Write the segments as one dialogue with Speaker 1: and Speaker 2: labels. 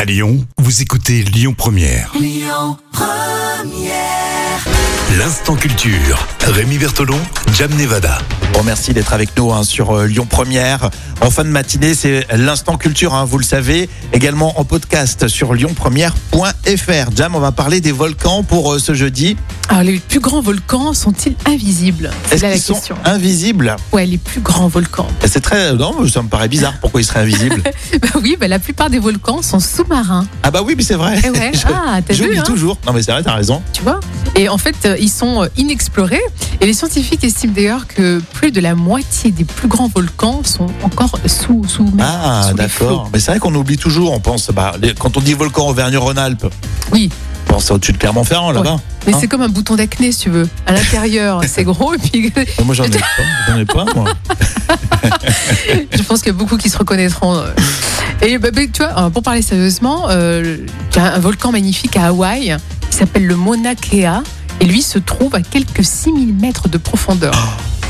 Speaker 1: À Lyon, vous écoutez Lyon Première. Lyon Première. L'instant culture. Rémi Bertolon, Jam Nevada.
Speaker 2: Bon, merci d'être avec nous hein, sur euh, Lyon Première. En fin de matinée, c'est l'instant culture, hein, vous le savez. Également en podcast sur lyonpremière.fr. Jam, on va parler des volcans pour euh, ce jeudi.
Speaker 3: Alors, Ah, les plus grands volcans sont-ils invisibles C'est
Speaker 2: Est-ce
Speaker 3: là la
Speaker 2: qu'ils sont
Speaker 3: question.
Speaker 2: invisibles
Speaker 3: Ouais, les plus grands volcans.
Speaker 2: Et C'est très. euh, Non, ça me paraît bizarre. Pourquoi ils seraient invisibles
Speaker 3: Bah oui, bah la plupart des volcans sont sous-marins.
Speaker 2: Ah, bah oui, mais c'est vrai.
Speaker 3: Eh ouais,
Speaker 2: Je-
Speaker 3: ah, t'as vu,
Speaker 2: J'oublie
Speaker 3: hein,
Speaker 2: toujours. Non, mais c'est vrai, t'as raison.
Speaker 3: tu vois Et en fait, euh, ils sont euh, inexplorés. Et les scientifiques estiment d'ailleurs que plus de la moitié des plus grands volcans sont encore sous sous
Speaker 2: Ah,
Speaker 3: sous les
Speaker 2: d'accord. Mais c'est vrai qu'on oublie toujours. On pense. Bah, les- quand on dit volcan Auvergne-Rhône-Alpes,
Speaker 3: Oui,
Speaker 2: on pense au-dessus de Clermont-Ferrand, là-bas.
Speaker 3: mais
Speaker 2: Hein
Speaker 3: c'est comme un bouton d'acné, si tu veux. À l'intérieur, c'est gros. Et puis,
Speaker 2: Mais Moi, j'en ai pas. J'en ai pas, moi.
Speaker 3: je pense qu'il y a beaucoup qui se reconnaîtront. euh. Et bah, bah, tu vois, euh, pour parler sérieusement, euh, il y a un volcan magnifique à Hawaï qui s'appelle le Mauna Kea. Et lui se trouve à quelques 6000 mètres de profondeur.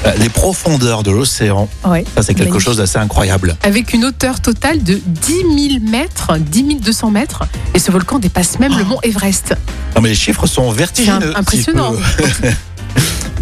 Speaker 2: Euh, Les profondeurs de l'océan.
Speaker 3: Ouais.
Speaker 2: Ça, c'est quelque
Speaker 3: Magnifique.
Speaker 2: chose d'assez incroyable.
Speaker 3: Avec une hauteur totale de 10 000 mètres, 10 200 mètres. Et ce volcan dépasse même
Speaker 2: Ah.
Speaker 3: le mont Everest.
Speaker 2: Non, mais les chiffres sont vertigineux.
Speaker 3: C'est impressionnant.
Speaker 2: si je peux.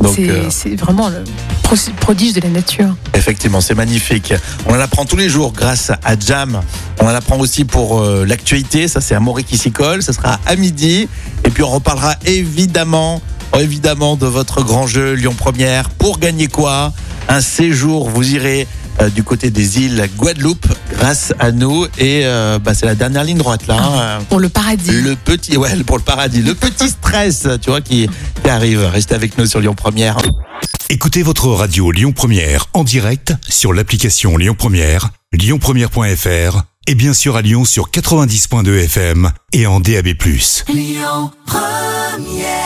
Speaker 2: Donc,
Speaker 3: C'est
Speaker 2: euh,
Speaker 3: c'est vraiment le pro- prodige de la nature.
Speaker 2: effectivement, c'est magnifique. On en apprend tous les jours grâce à Jam. On en apprend aussi pour euh, l'actualité. Ça, c'est Amoré qui s'y colle. Ça sera à midi. Et puis, on reparlera évidemment, évidemment, de votre grand jeu Lyon Première. Pour gagner quoi Un séjour. Vous irez euh, du côté des îles Guadeloupe grâce à nous. Et euh, bah, c'est la dernière ligne droite, là. hein. Euh,
Speaker 3: Pour le paradis.
Speaker 2: Le petit, ouais, pour le paradis, le petit stress, tu vois, qui, qui arrive. Restez avec nous sur Lyon Première.
Speaker 1: Écoutez votre radio Lyon Première en direct sur l'application Lyon Première, lyonpremière.fr et bien sûr à Lyon sur 90.2 FM et en DAB+.
Speaker 4: Lyon Première